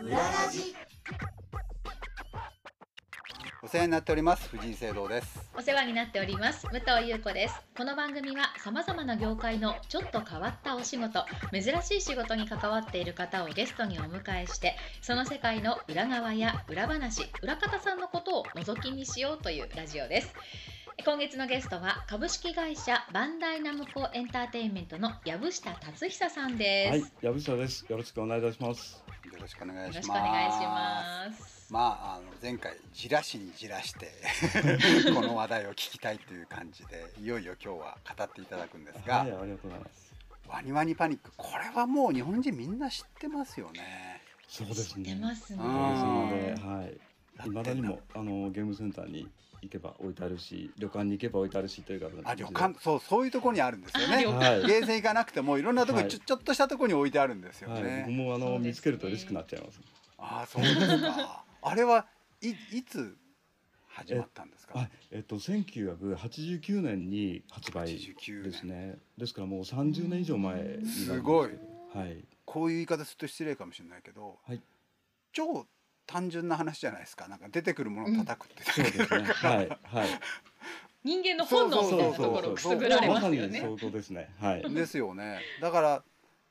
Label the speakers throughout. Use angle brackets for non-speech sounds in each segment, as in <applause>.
Speaker 1: 裏ラジ
Speaker 2: お世話になっております藤井聖堂です
Speaker 1: お世話になっております武藤優子ですこの番組は様々な業界のちょっと変わったお仕事珍しい仕事に関わっている方をゲストにお迎えしてその世界の裏側や裏話裏方さんのことを覗き見しようというラジオです今月のゲストは株式会社バンダイナムコエンターテインメントの藪下達久さんです、
Speaker 3: はい、藪下です。よろしくお願いいたします。
Speaker 2: よろしくお願
Speaker 1: よ
Speaker 2: い
Speaker 1: ろし
Speaker 2: し
Speaker 1: くお願いし
Speaker 2: ます
Speaker 1: ます
Speaker 2: まああの前回じらしにじらして
Speaker 1: <laughs>
Speaker 2: この話題を聞きたいという感じでいよいよ今日は語っていただくんですが、
Speaker 3: はい、ありがとうございます。
Speaker 2: ワニワニパニックこれはもう日本人みんな知ってますよね
Speaker 3: そうですね。
Speaker 1: 出ますね
Speaker 2: う
Speaker 3: そう
Speaker 2: ー
Speaker 3: ですので、はい。
Speaker 2: だって
Speaker 3: いまだにもあのゲームセンターに行けば置いてあるし、旅館に行けば置いてあるしという方
Speaker 2: あ旅館そうそういうとこにあるんですよ
Speaker 1: あ
Speaker 2: ね
Speaker 1: 旅
Speaker 3: はい。
Speaker 2: ゲーセン行かなくてもいろんなとこ
Speaker 3: は
Speaker 2: に
Speaker 3: い
Speaker 2: ちょ,、ちょっとしたとこに置いてあるんですよ
Speaker 3: はい、僕
Speaker 2: ね、
Speaker 3: もあ
Speaker 1: そうで
Speaker 3: の、
Speaker 1: すね
Speaker 3: 見つけると嬉しくなっちゃいます。
Speaker 2: ああそうですか <laughs> あれはいいつ始まったんです
Speaker 3: は
Speaker 2: か
Speaker 3: い、えっと1989年に発売
Speaker 2: 89
Speaker 3: ですね。ですからもう30年以上前になるんですけど
Speaker 2: すごい
Speaker 3: はい。
Speaker 2: こういう言い方すると失礼かもしれないけど
Speaker 3: はい。
Speaker 2: 超単純な話じゃないですかなんか出てくるものを叩くって、
Speaker 3: そうですね。はい
Speaker 1: <laughs>
Speaker 3: はい。
Speaker 1: 人間の本能みたいなところをくすぐられ
Speaker 3: ま
Speaker 1: ま
Speaker 3: さ
Speaker 1: す
Speaker 3: に
Speaker 1: よね
Speaker 3: 相当ですね。はい。
Speaker 2: ですよねだから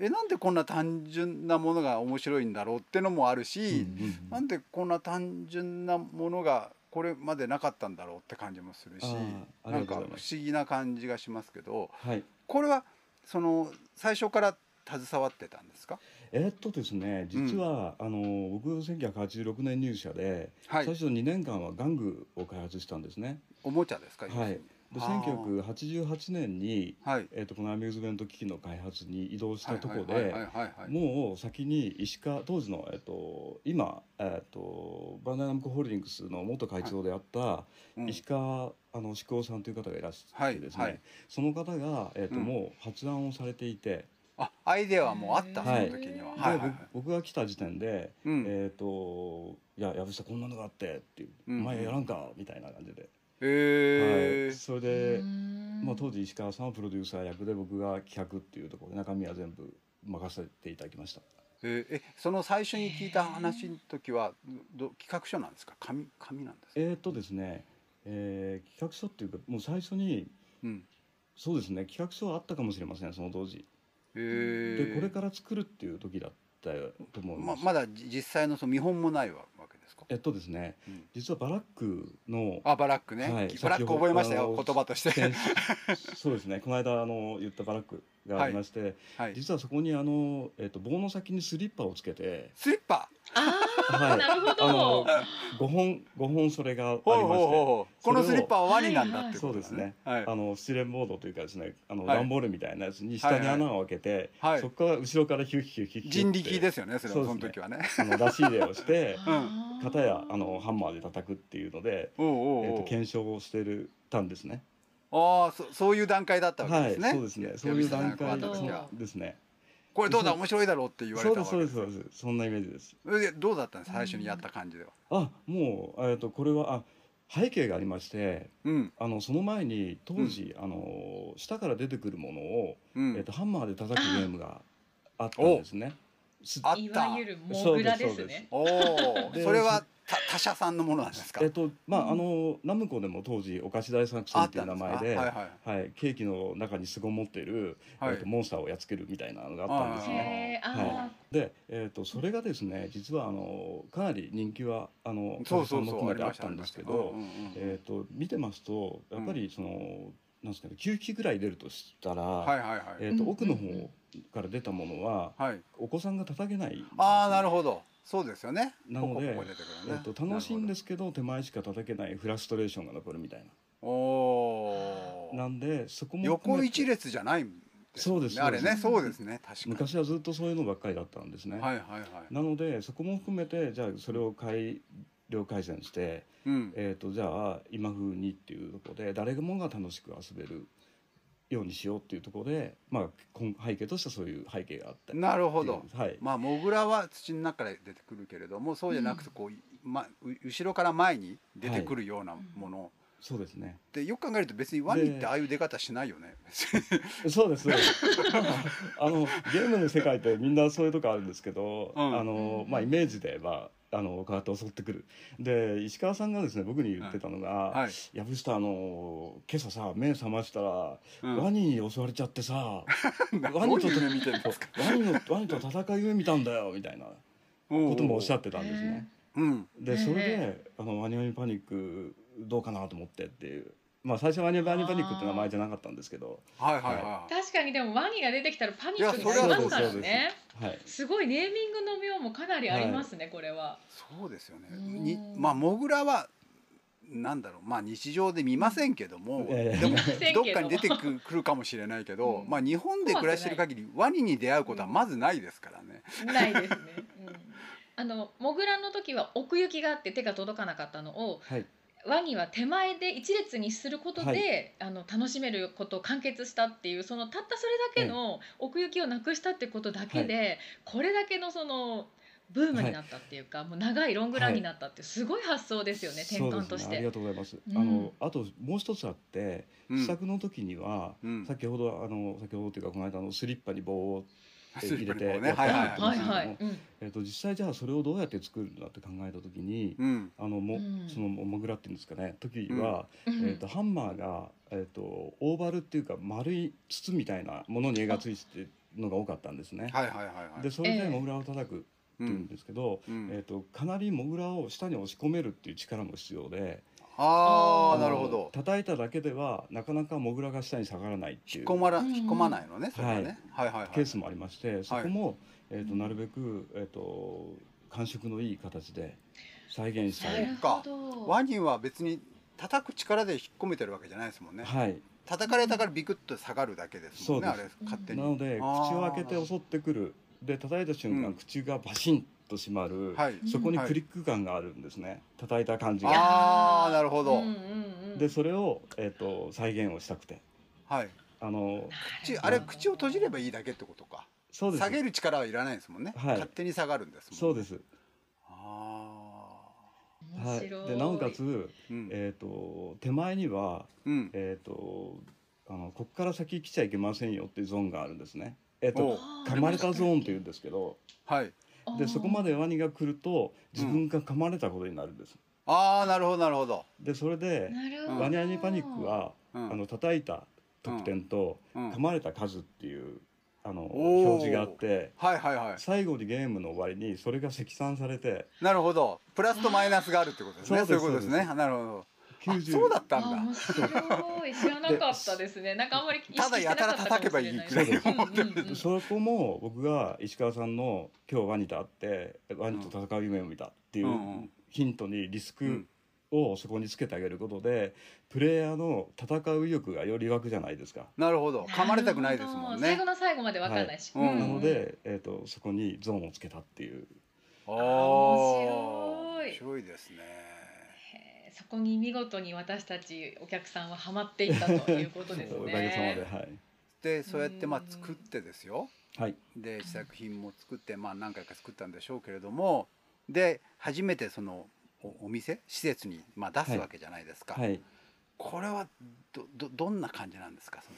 Speaker 2: えなんでこんな単純なものが面白いんだろうってのもあるし、
Speaker 3: うんうんうん
Speaker 2: なんでこんな単純なものがこれまでなかったんだろうって感じもするし
Speaker 3: あーあ
Speaker 2: な
Speaker 3: り
Speaker 2: ん
Speaker 3: がとうご
Speaker 2: か不
Speaker 3: ざいます
Speaker 2: 思議な感じがしますけど
Speaker 3: はい。
Speaker 2: これはその最初から携わってたんですか
Speaker 3: えーっとですね実は、あの僕1986年入社で、
Speaker 2: はい
Speaker 3: 最初2年間は玩具を開発したんですね。
Speaker 2: おもちゃですか、
Speaker 3: はい、で
Speaker 2: あー
Speaker 3: 1988年に、
Speaker 2: はい
Speaker 3: えーっとこのアミューズメント機器の開発に移動したところ
Speaker 2: はいはいはい
Speaker 3: で。
Speaker 2: はいはい
Speaker 3: もう先に石川当時の、えーっと今、えーっとバンダイナムコホールディングスの元会長であった
Speaker 2: うん
Speaker 3: 石川、あの志功さんという方がいらっしゃってですね、
Speaker 2: はいはい
Speaker 3: その方が、えーっと
Speaker 2: うん
Speaker 3: もう発案をされていて、
Speaker 2: あアイデアはもうあったそ
Speaker 3: は
Speaker 2: の
Speaker 3: い
Speaker 2: 時には、
Speaker 3: で
Speaker 2: はいはいはい
Speaker 3: 僕僕が来た時点で「
Speaker 2: うん
Speaker 3: えっ、といや藪下こんなのがあって」っていう「
Speaker 2: うん
Speaker 3: 前やらんか」みたいな感じで、
Speaker 2: え
Speaker 3: は
Speaker 2: ー
Speaker 3: い、それで
Speaker 1: うー、ん
Speaker 3: まあ、当時石川さんはプロデューサー役で僕が企画っていうところで中身は全部任せていただきました
Speaker 2: えーえその最初に聞いた話の時はど企画書なんですか紙紙なんですか、
Speaker 3: えっ、とですね、えー企画書っていうかもう最初に
Speaker 2: うん
Speaker 3: そうですね企画書はあったかもしれませんその当時
Speaker 2: えー
Speaker 3: でこれから作るっていう時だったと思い
Speaker 2: ま
Speaker 3: ます、
Speaker 2: まだじ実際のその見本もないわわけですか、
Speaker 3: えっとですね
Speaker 2: うん
Speaker 3: 実はバラックの
Speaker 2: あバラックね、
Speaker 3: はい
Speaker 2: バラック覚えましたよ
Speaker 3: 先ほ
Speaker 2: 言
Speaker 3: ど
Speaker 2: 葉として、
Speaker 3: <laughs> そうですねこの間あの言ったバラックがありまして、
Speaker 2: はい、
Speaker 3: 実はそこにあの、えっと棒の先にスリッパをつけて、
Speaker 2: スリッパ
Speaker 1: あ
Speaker 3: は
Speaker 1: なるほど
Speaker 3: あの5本5本それがあり
Speaker 2: ほ
Speaker 3: ま
Speaker 2: うほうほう
Speaker 3: して
Speaker 2: ほうこの
Speaker 3: そ
Speaker 2: ス
Speaker 3: れを
Speaker 2: リッパはワニなんだっていう
Speaker 3: そ
Speaker 2: こと
Speaker 3: うで
Speaker 2: だ
Speaker 3: すね、
Speaker 2: はい、
Speaker 3: あのスチレンボードというかですねあの、
Speaker 2: はい
Speaker 3: 段ボールみたいなやつに下に穴を開けて、
Speaker 2: はいはい
Speaker 3: そこから後ろからヒュッヒュッヒュッヒュッって
Speaker 2: 人力ですよねそれはそ
Speaker 3: そう
Speaker 2: の
Speaker 3: ですね
Speaker 2: 時はね
Speaker 3: あの出し入れをし
Speaker 2: <laughs>
Speaker 3: て
Speaker 1: ー
Speaker 2: うん
Speaker 3: 片やあのハンマーで叩くっていうので、
Speaker 2: おうおう
Speaker 3: えっ
Speaker 2: おう
Speaker 3: と検証をしてるたんですね
Speaker 2: ああそそういう段階だったわけ
Speaker 3: は
Speaker 2: で
Speaker 3: い
Speaker 2: すね、
Speaker 3: そうですねそういう段階
Speaker 1: 呼び捨てなんかあった時は
Speaker 3: そうですね
Speaker 2: これどうだ面白いだろうって言われ
Speaker 3: そう
Speaker 2: た
Speaker 3: で
Speaker 2: わ
Speaker 3: す
Speaker 2: け
Speaker 3: そうですそうですそんなイメージです
Speaker 2: それでどうだったんです最初にやった感じでは
Speaker 3: あもう、えー、とこれはあ背景がありまして
Speaker 2: うん
Speaker 3: あのその前に当時、あの下から出てくるものを、
Speaker 2: うん、
Speaker 3: えー、とハンマーで叩くゲームがあったんですね。す
Speaker 2: あっ
Speaker 1: いわ
Speaker 2: た
Speaker 1: ゆるモグラで
Speaker 3: そ
Speaker 1: す
Speaker 3: うです
Speaker 1: ね
Speaker 2: おお
Speaker 3: で
Speaker 2: それは他他社さんのものなんですか
Speaker 3: えっ、とまああのナムコでも当時お菓子大作戦っていう名前で
Speaker 2: あったんです
Speaker 3: はいケーキの中に巣ごもってる、
Speaker 2: はい
Speaker 3: えー、とモンスターをやっつけるみたいなのがあったんですね。
Speaker 1: へーあー、
Speaker 3: はい、で、えー、とそれがですね実はあのかなり人気はあの
Speaker 2: そうそうそ
Speaker 3: お客さんも
Speaker 2: う
Speaker 3: 含めてあったんですけど、
Speaker 2: ありましたありましたうんうんうん
Speaker 3: えー、と見てますとやっぱりその、なんですかね9匹ぐらい出るとしたら、
Speaker 2: はいはいはい、
Speaker 3: えー、と
Speaker 1: うん
Speaker 3: 奥の
Speaker 1: うんう
Speaker 3: 方から出たものは、
Speaker 2: はい
Speaker 3: お子さんが叩けない
Speaker 2: ああなるほどそうですよね
Speaker 3: なので
Speaker 2: ここここ出てく
Speaker 3: え
Speaker 2: るね、
Speaker 3: ー、と楽しいんですすけど手前しか叩けないフラストレーションが残るみたいな。
Speaker 2: おおー
Speaker 3: なんでそこも
Speaker 2: 横
Speaker 3: 含めて
Speaker 2: 一列じゃないんです
Speaker 3: そうです
Speaker 2: ねあれね
Speaker 3: そ
Speaker 2: そうですね確かに
Speaker 3: 昔はずっとそういうのばっかりだったんですね。
Speaker 2: はいはいはい
Speaker 3: なのでそこも含めてじゃあそれを改良改善して、
Speaker 2: うん
Speaker 3: えー、とじゃあ今風にっていうところで誰もが楽しく遊べるようにしようっていうところで、まあ、今背景としてはそういう背景があって
Speaker 2: なるほど
Speaker 3: っていうはい
Speaker 2: まあモグラは土の中から出てくるけれどもそうじゃなくてこう、ま、う後ろから前に出てくるようなもの
Speaker 3: そうですね。
Speaker 2: でよく考えると別にワニって
Speaker 3: で
Speaker 2: ああいう出方しないよね。
Speaker 3: そう
Speaker 2: <laughs>
Speaker 3: です。そうですあのゲームの世界ってみんなそういうとこあるんですけど、
Speaker 2: うん
Speaker 3: あのまあイメージでまああのこうやって襲ってくる。で石川さんがですね僕に言ってたのが、
Speaker 2: <laughs> はい。
Speaker 3: やぶしたあの今朝さ目覚ましたら、
Speaker 2: うん
Speaker 3: ワニに襲われちゃっ
Speaker 2: <laughs>
Speaker 3: てさ、
Speaker 2: ど
Speaker 3: ワニ
Speaker 2: う
Speaker 3: と
Speaker 2: いう夢見てるんですか。
Speaker 3: ワニのワニと戦い夢見たんだよみたいな
Speaker 2: こ
Speaker 3: こともおっしゃってたんですね。
Speaker 2: うん。
Speaker 3: で
Speaker 1: うん
Speaker 3: それで「あのワニワニパニックどうかな?」と思ってっていうまあ最初「ワニワニパニック」って名前じゃなかったんですけど
Speaker 2: はいはいはい。
Speaker 1: 確かにでもワニが出てきたらパニックに
Speaker 2: いや
Speaker 1: な
Speaker 2: そ
Speaker 1: り
Speaker 2: れは
Speaker 1: ますから
Speaker 3: そうです
Speaker 1: ね
Speaker 3: はい
Speaker 1: すごいネーミングの妙もかなりありますね、これは
Speaker 2: そうですよね。
Speaker 1: うん
Speaker 2: にまあモグラはなんだろうまあ日常で見ませんけども、
Speaker 3: ええ
Speaker 2: でも
Speaker 1: 見ませんけど
Speaker 2: ど
Speaker 1: も
Speaker 2: っかに出てくるくるかもしれないけど、
Speaker 1: うん
Speaker 2: まあ日本で暮らしてる限りワニに出会うことはまずないですからね。
Speaker 1: ないですね、うん、あのモグラの時は奥行きがあって手が届かなかったのを
Speaker 3: はい
Speaker 1: ワニは手前で一列にすることで、
Speaker 3: は
Speaker 1: あの楽しめることを完結したっていうそのたったそれだけの奥行きをなくしたってことだけで、これだけのそのブームになったっていうか、もう長いロングランになったっていうすごい発想ですよね、転
Speaker 3: そう
Speaker 1: 換
Speaker 3: です
Speaker 1: と
Speaker 3: ね
Speaker 1: し
Speaker 3: あり
Speaker 1: て。
Speaker 3: がとうございます、
Speaker 1: うん
Speaker 3: あのあともう一つあって、
Speaker 2: うん
Speaker 3: 試作の時には、
Speaker 2: うん
Speaker 3: 先ほどあの先ほどというかこの間あのスリッパに棒を、
Speaker 2: スリッパにこう
Speaker 3: 入れ
Speaker 2: ね。
Speaker 3: て
Speaker 2: はいはい
Speaker 1: は
Speaker 2: はいい。
Speaker 1: はい、うん
Speaker 3: えっと実際じゃあそれをどうやって作るんだって考えた時に、
Speaker 2: うん。
Speaker 3: あのも、
Speaker 1: うん
Speaker 3: そのモグラっていうんですかね時は、
Speaker 1: うん
Speaker 3: えっとハンマーが、えっとオーバルっていうか丸い筒みたいなものに絵がついてるのが多かったんですね。
Speaker 2: はいはいはいはい。
Speaker 3: でそれ
Speaker 1: ええ
Speaker 3: でモグラを叩くって
Speaker 2: う
Speaker 3: いうん
Speaker 2: ん。
Speaker 3: ですけど、
Speaker 2: うん
Speaker 3: えっとかなりモグラを下に押し込めるっていう力も必要で、
Speaker 2: あ
Speaker 1: あ
Speaker 2: あ
Speaker 1: ー
Speaker 2: なるほど。
Speaker 3: 叩いただけではなかなかモグラが下に下がらないってい
Speaker 2: 引っ
Speaker 3: う
Speaker 2: 込まら
Speaker 1: うん
Speaker 2: 引っ込まないのね。それはね。はいはいはい。
Speaker 3: ケースもありまして、そこも、えっ
Speaker 1: う
Speaker 3: と
Speaker 1: ん
Speaker 3: なるべくえっ、と感触のいい形で再現した、
Speaker 1: ないるほど
Speaker 2: ワニは別に叩く力で引っ込めてるわけじゃないですもんね。
Speaker 3: はい。
Speaker 2: 叩かれたからビクッと下がるだけですもんね。あ
Speaker 3: そう
Speaker 2: れ
Speaker 3: で
Speaker 2: 勝手
Speaker 1: うん
Speaker 2: に。
Speaker 3: な
Speaker 2: は
Speaker 3: ので
Speaker 2: あー
Speaker 3: 口を開けて襲ってくるで叩いた瞬間、
Speaker 2: うん
Speaker 3: 口がバシンと閉まる、
Speaker 2: い。
Speaker 3: そこに
Speaker 2: はい
Speaker 3: クリック感があるんですね、叩いた感じ
Speaker 1: いや
Speaker 3: が。
Speaker 2: あーなるほど
Speaker 1: うんうんうん
Speaker 3: でそれを、えっと再現をしたくて
Speaker 2: はい。
Speaker 3: あの
Speaker 2: 口あれ口を閉じれば
Speaker 1: いい
Speaker 2: いいだけってことか。
Speaker 3: そうです
Speaker 2: 下げる力はいらないですもんね。
Speaker 3: はい
Speaker 2: 勝手に下がるんですもん、ね。。
Speaker 3: そうですす、
Speaker 2: あ
Speaker 3: は
Speaker 1: 面
Speaker 3: い、
Speaker 1: 白い、
Speaker 3: でなおかつ、
Speaker 2: あ。うん。
Speaker 3: えっと手前には
Speaker 2: うん。
Speaker 3: えー、とあのここから先来ちゃいけませんよっていうゾーンがあるんですね。えー、
Speaker 2: お
Speaker 3: と
Speaker 2: う
Speaker 1: あー
Speaker 3: 噛まれたゾーンというんですけど
Speaker 2: はい。
Speaker 3: でそこまでワニが来ると
Speaker 2: うん
Speaker 3: 自分が噛まれたことになるんです。
Speaker 2: ああなるほどなるほど。
Speaker 3: でそれで
Speaker 1: なるほど
Speaker 3: ワニワニパニックは、
Speaker 2: うん
Speaker 3: あの叩いた得点と
Speaker 2: うん
Speaker 3: 噛まれた数っていうあの
Speaker 2: おー
Speaker 3: 表示があって
Speaker 2: はいはいは
Speaker 3: 最後にゲームの終わりにそれが積算されて
Speaker 2: い。なるほど。プラスとマイナスがあるってことですね。
Speaker 3: そ
Speaker 2: そうう
Speaker 3: で
Speaker 2: いう
Speaker 3: す
Speaker 2: ことです
Speaker 3: そう
Speaker 2: ね。
Speaker 3: で
Speaker 2: なるほど。あ
Speaker 3: 90
Speaker 2: そうだったんだ。
Speaker 1: あ面白い知らなかったですね。なんかあんまり意識してなかったかもし
Speaker 2: ただやたら叩け
Speaker 1: れない
Speaker 2: ばいいくらい
Speaker 1: うんうんうん
Speaker 3: そこも僕が石川さんの「今日ワニと会ってワニと戦う夢を見た」ってい
Speaker 2: うんう
Speaker 3: うんヒントにリス
Speaker 2: う
Speaker 3: ク
Speaker 2: ん
Speaker 3: をそこにつけてあげることでプレイヤーの戦う意欲がより湧くじゃないですか。
Speaker 2: なるほど。噛まれたくないですもん
Speaker 1: 最
Speaker 2: ね
Speaker 1: 後。の最後までわかんないし。
Speaker 2: はいうん
Speaker 3: なので、えー、とそこにゾーンをつけたっていう
Speaker 2: ああ
Speaker 1: 面白い
Speaker 2: 面白いですね。
Speaker 1: へーそこに見事に私たちお客さんはハマっていったということです
Speaker 3: おかげさまで
Speaker 1: ね。
Speaker 3: はい、
Speaker 2: でそうやってまあ
Speaker 1: うん
Speaker 2: 作ってですよ。
Speaker 3: はい
Speaker 2: で試作品も作ってまあ何回か作ったんでしょうけれどもで初めてそのおお店施設にまあ出すわけじゃないですか、
Speaker 3: はい、
Speaker 2: これはどどどんな感じなんですかその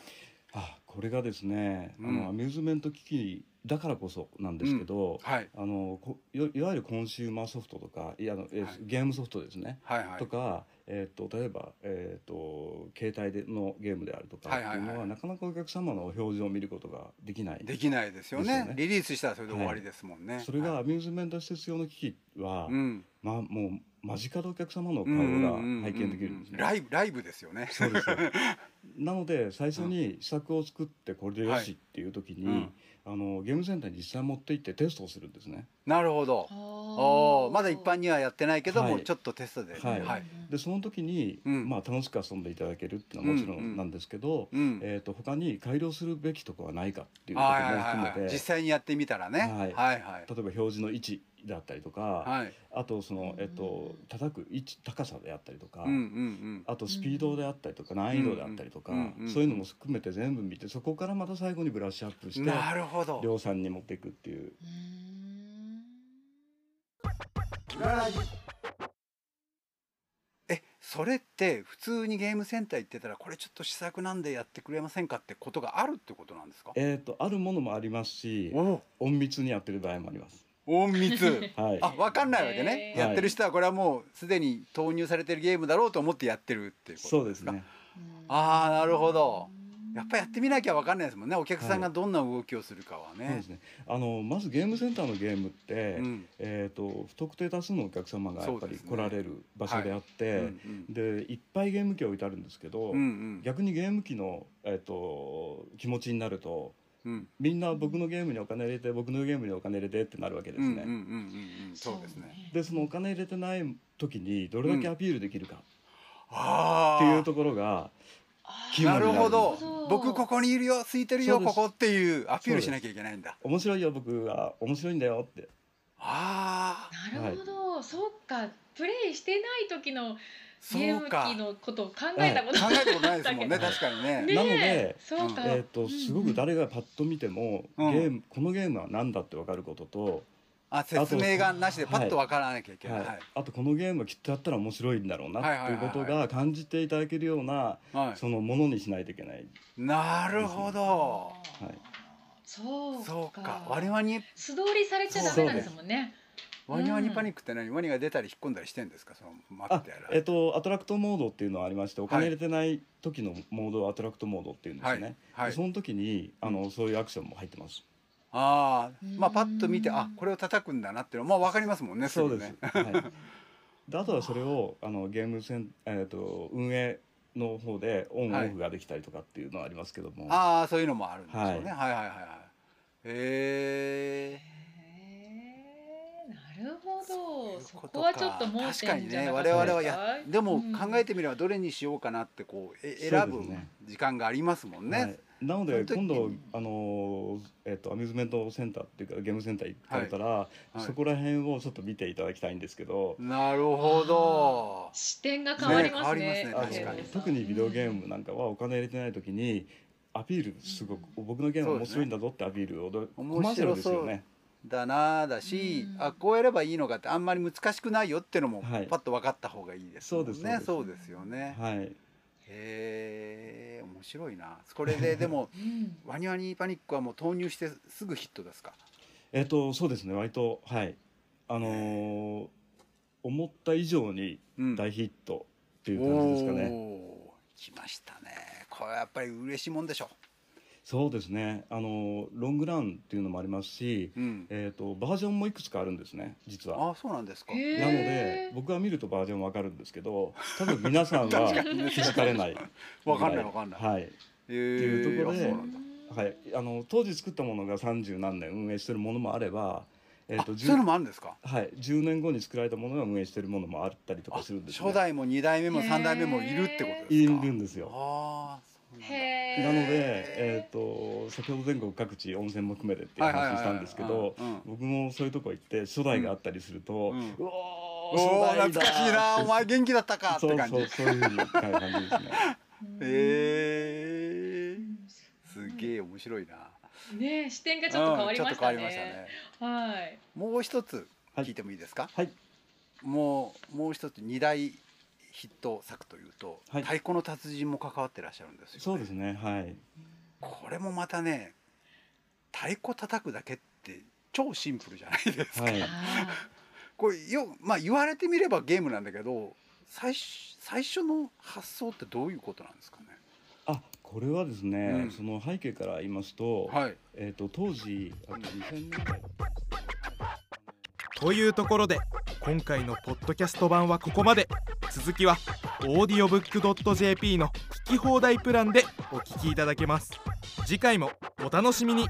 Speaker 3: あこれがですね、あ
Speaker 2: うん
Speaker 3: のアミューズメント機器だからこそなんですけど、
Speaker 2: はい
Speaker 3: あのこいわいわゆるコンシューマーソフトとかいやあの、えー
Speaker 2: はい
Speaker 3: ゲームソフトですね、
Speaker 2: はいはい
Speaker 3: とか、えー、と例えば、えー、と携帯でのゲームであるとかっ
Speaker 2: は
Speaker 3: て
Speaker 2: い
Speaker 3: い
Speaker 2: はい
Speaker 3: う
Speaker 2: はい
Speaker 3: のは,、なかなかお客様の表情を見ることができない
Speaker 2: できないですよね
Speaker 3: ですよね
Speaker 2: リリースしたらそれで終わりですもんね、
Speaker 3: それが
Speaker 2: は
Speaker 3: アミューズメント施設用の機器は、
Speaker 2: いうん
Speaker 3: まあ、もう間近でお客様の
Speaker 2: う
Speaker 3: 顔
Speaker 2: んう
Speaker 3: が
Speaker 2: んうんうん
Speaker 3: 拝見できるんですね。
Speaker 2: ライブライブですよね
Speaker 3: そうですなので最初に試作を作ってこれでよ
Speaker 2: はい
Speaker 3: しっていう時に、
Speaker 2: うん
Speaker 3: あのゲームセンターに実際持って行ってテストをするんですね。
Speaker 2: なるほどおーまだ一般にはやってないけど、
Speaker 3: はい
Speaker 2: もうちょっとテストで
Speaker 3: はいでその時に、
Speaker 2: うん
Speaker 3: まあ、楽しく遊んでいただけるっていうのはもちろんなんですけど、
Speaker 2: うん
Speaker 3: えー、と他に改良するべきとこはないかっていうことも
Speaker 2: はいはい
Speaker 3: 含
Speaker 2: は
Speaker 3: め
Speaker 2: い
Speaker 3: て、
Speaker 2: はい実際にやってみたらね、
Speaker 3: はい
Speaker 2: はいはい
Speaker 3: 例えば表示の位置だったりとか、
Speaker 2: はい
Speaker 3: あとその、えっ
Speaker 1: う
Speaker 3: と
Speaker 1: ん
Speaker 3: 叩く位置高さであったりとか、
Speaker 2: うんうんうん
Speaker 3: あとスピードであったりとか、難易度であったりとか、
Speaker 2: うんうん
Speaker 3: そういうのも含めて全部見てそこからまた最後にブラッシュアップして
Speaker 2: なるほど。
Speaker 3: 量産に持っていくっていう
Speaker 1: うん
Speaker 2: え、それって普通にゲームセンター行ってたらこれちょっと試作なんでやってくれませんかってことがあるってことなんですか
Speaker 3: えっ、とあるものもありますし
Speaker 2: お
Speaker 3: 隠密にやってる場合もあります。
Speaker 2: 隠密
Speaker 3: <laughs> はい。
Speaker 2: あ分かんないわけね、
Speaker 1: へー
Speaker 2: やってる人はこれはもうすでに投入されてるゲームだろうと思ってやってるっていうこと
Speaker 3: そうですね。
Speaker 1: うん
Speaker 2: あーなるほどやっぱりやってみなきゃ分かんないですもんねお客さんがどんな動きをするかはね、
Speaker 3: そうですね。あのまずゲームセンターのゲームって、
Speaker 2: うん
Speaker 3: えっ、と不特定多数のお客様がやっ
Speaker 2: そ
Speaker 3: ぱ
Speaker 2: うで
Speaker 3: り
Speaker 2: すね
Speaker 3: 来られる場所であって、
Speaker 2: うん
Speaker 3: でいっぱいゲーム機を置いてあるんですけど、
Speaker 2: うんうん
Speaker 3: 逆にゲーム機のえっ、と気持ちになると。
Speaker 2: うん
Speaker 3: みんな僕のゲームにお金入れて僕のゲームにお金入れてってなるわけで
Speaker 2: う
Speaker 3: す
Speaker 2: んうん
Speaker 3: ね、
Speaker 2: うんうんうんそうですね。
Speaker 3: でそのお金入れてない時にどれだけアピールできるか
Speaker 2: ああ
Speaker 3: っていうところが
Speaker 1: あ
Speaker 3: 気分
Speaker 2: な
Speaker 3: に
Speaker 2: るほど
Speaker 1: なるほど
Speaker 2: 僕ここにいるよ空いてるよ
Speaker 3: そうで
Speaker 2: こ
Speaker 3: す
Speaker 2: こっていうアピールしなきゃいけないんだ
Speaker 3: 面白いよ僕は面白いんだよって
Speaker 2: ああ
Speaker 1: なるほど、そっかプレイしてない時の
Speaker 2: そ
Speaker 1: ゲー
Speaker 2: う
Speaker 1: ム
Speaker 2: か
Speaker 1: 機のことを考えたこと
Speaker 2: 考
Speaker 1: なか
Speaker 2: えたこと
Speaker 1: った
Speaker 2: ないですもんね
Speaker 3: <laughs>
Speaker 2: 確かにね
Speaker 1: <laughs> ねえ
Speaker 3: なので
Speaker 1: そうか、
Speaker 2: うん
Speaker 3: えー、とすごく誰がパッと見ても、
Speaker 2: うん
Speaker 3: ゲームこのゲームは何だって分かることと、
Speaker 2: あ説明がなしでパッとわからなきゃいけな、
Speaker 3: はいいあとこのゲームはきっとやったら面白いんだろうな
Speaker 2: はいは
Speaker 3: っ
Speaker 2: い
Speaker 3: てい
Speaker 2: はいは
Speaker 3: う
Speaker 2: い
Speaker 3: ことが感じていただけるような
Speaker 2: はい
Speaker 3: そのものにしないといけない、
Speaker 2: なるほど
Speaker 3: はい
Speaker 1: そうか
Speaker 2: そうかワニワニ
Speaker 1: 素通りされちゃダメなんですもんね
Speaker 2: ワニワニパニックって何ワニが出たり引っ込んだりしてんですかその待っ
Speaker 3: あ
Speaker 2: てやる
Speaker 3: えー、とアトラクトモードっていうのはありましてお金入れてない時のモードをアトラクトモードっていうんですね、
Speaker 2: は
Speaker 3: で
Speaker 2: い
Speaker 3: その時にあのそういうアクションも入ってます、
Speaker 2: ああまあ
Speaker 1: うん
Speaker 2: パッと見てあこれを叩くんだなっていうのまあわかりますもんね
Speaker 3: そう
Speaker 2: ぐ
Speaker 3: で
Speaker 2: ね <laughs>
Speaker 3: す、はい、であとはそれをあのゲームセン、えー、と運営の方でオン
Speaker 2: は
Speaker 3: オ
Speaker 2: い
Speaker 3: フができたりとかっていうのはありますけども、
Speaker 2: ああそういうのもあるんでしょうね、
Speaker 3: はい
Speaker 2: はい、はいはいはいへえ
Speaker 1: へーなるほ
Speaker 2: そうい
Speaker 1: ど
Speaker 2: う
Speaker 1: そ
Speaker 2: ことか
Speaker 1: こはちょっと盲
Speaker 2: 確か
Speaker 1: 点
Speaker 2: に
Speaker 1: じゃ
Speaker 2: ね
Speaker 1: なかった
Speaker 2: 我
Speaker 1: ですか
Speaker 2: 々はやでも
Speaker 1: うん
Speaker 2: 考えてみればどれにしようかなってこう、え
Speaker 3: そ
Speaker 2: 選
Speaker 3: うで
Speaker 2: ぶ
Speaker 3: すね
Speaker 2: 時間がありますもん
Speaker 3: は
Speaker 2: ね
Speaker 3: い、なので
Speaker 2: その時
Speaker 3: 今度
Speaker 1: に
Speaker 3: あの、えっとアミューズメントセンターっていうかゲームセンター行かれたら、
Speaker 2: はい
Speaker 3: そこら辺をちょっと見ていただきたいんですけど、
Speaker 2: なるほど
Speaker 1: 視点が変わりますね
Speaker 2: ね変
Speaker 3: あ
Speaker 2: わ
Speaker 3: の
Speaker 2: りますね確かに
Speaker 3: 特にビデオゲー
Speaker 1: う
Speaker 3: ム
Speaker 1: ん
Speaker 3: なんかはお金入れてない時にアピールすごく、僕のゲームは面白いんだぞってアピールをど、コマーシャルですよね。
Speaker 2: だなあだし、
Speaker 1: うん
Speaker 2: あこうやればいいのかってあんまり難しくないよっていうのも
Speaker 3: はい
Speaker 2: パッと分かった方がいいですもんね、
Speaker 3: そうです
Speaker 2: そうですよね、
Speaker 3: はい、
Speaker 2: へえ面白いなこれ
Speaker 3: <laughs>
Speaker 2: ででも
Speaker 1: うん
Speaker 2: ワニワニパニックはもう投入してすぐヒットですか
Speaker 3: えっ、とそうですね割とはいあのー思った以上に
Speaker 2: うん
Speaker 3: 大ヒットっていう感じですかね。
Speaker 2: おー来ましたねこれはやっぱり嬉しいもんでしょ
Speaker 3: そうですねあのロングランっていうのもありますし、
Speaker 2: う、うん、
Speaker 3: えー、とバージョンもいくつかあるんですね実は。
Speaker 2: あそうなんですか
Speaker 1: へー
Speaker 3: なので僕が見るとバージョンわかるんです
Speaker 2: <laughs>
Speaker 3: けど多分皆さんは
Speaker 2: 確かにね
Speaker 3: 気づかれない
Speaker 2: わかんないわかんない、
Speaker 3: はい
Speaker 2: へー
Speaker 3: っていうところで
Speaker 2: あそうなんだ
Speaker 3: はい、あの当時作ったものが三十何年運営してるものもあれば、えー、
Speaker 2: あ
Speaker 3: と
Speaker 2: そういうのもあるんですか
Speaker 3: はい、10年後に作られたものが運営してるものもあったりと
Speaker 2: あ
Speaker 3: かするんです、ね、
Speaker 2: 初代も二代目も三代目もいるってことで
Speaker 3: い
Speaker 2: す
Speaker 3: る
Speaker 2: か
Speaker 3: んですよ
Speaker 2: ああそうなんだ
Speaker 1: へー
Speaker 3: なので、えー、と先ほど全国各地温泉も含めてっていう話したんですけど僕もそういうとこ行って初代があったりすると、
Speaker 2: う
Speaker 3: うんお
Speaker 2: お
Speaker 3: ー
Speaker 2: お
Speaker 3: 初代だ
Speaker 2: ー懐かしいなお前元気だったかって
Speaker 3: そう
Speaker 2: 感じ
Speaker 3: そうそういうふうにはい感じですね
Speaker 2: えー、す
Speaker 1: え
Speaker 2: げえ面白いな
Speaker 1: ねえ視点がちょっと変わりま
Speaker 2: うんちょっ
Speaker 1: し
Speaker 2: と変
Speaker 1: た
Speaker 2: わ
Speaker 1: ね,、
Speaker 2: りましたね
Speaker 1: はい
Speaker 2: もう一つ
Speaker 3: はい
Speaker 2: 聞いてもいいですか、
Speaker 3: はい
Speaker 2: もうもう一つ二大ヒット作というと、
Speaker 3: はい
Speaker 2: 太鼓の達人も関わってらっしゃるんですよ、
Speaker 3: そうですねはい
Speaker 2: これもまたね太鼓叩くだけって超シンプルじゃないですか、
Speaker 3: はい
Speaker 1: あ
Speaker 2: これよまあ言われてみればゲームなんだけど最初最初の発想ってどういうことなんですかね
Speaker 3: あこれはですね、
Speaker 2: うん
Speaker 3: その背景から言いますと,、
Speaker 2: はい
Speaker 3: えー、と当時あの2000年代
Speaker 4: というところで今回のポッドキャスト版はここまで続きはオーディオブックドット JP の聞き放題プランでお聞きいただけます次回もお楽しみに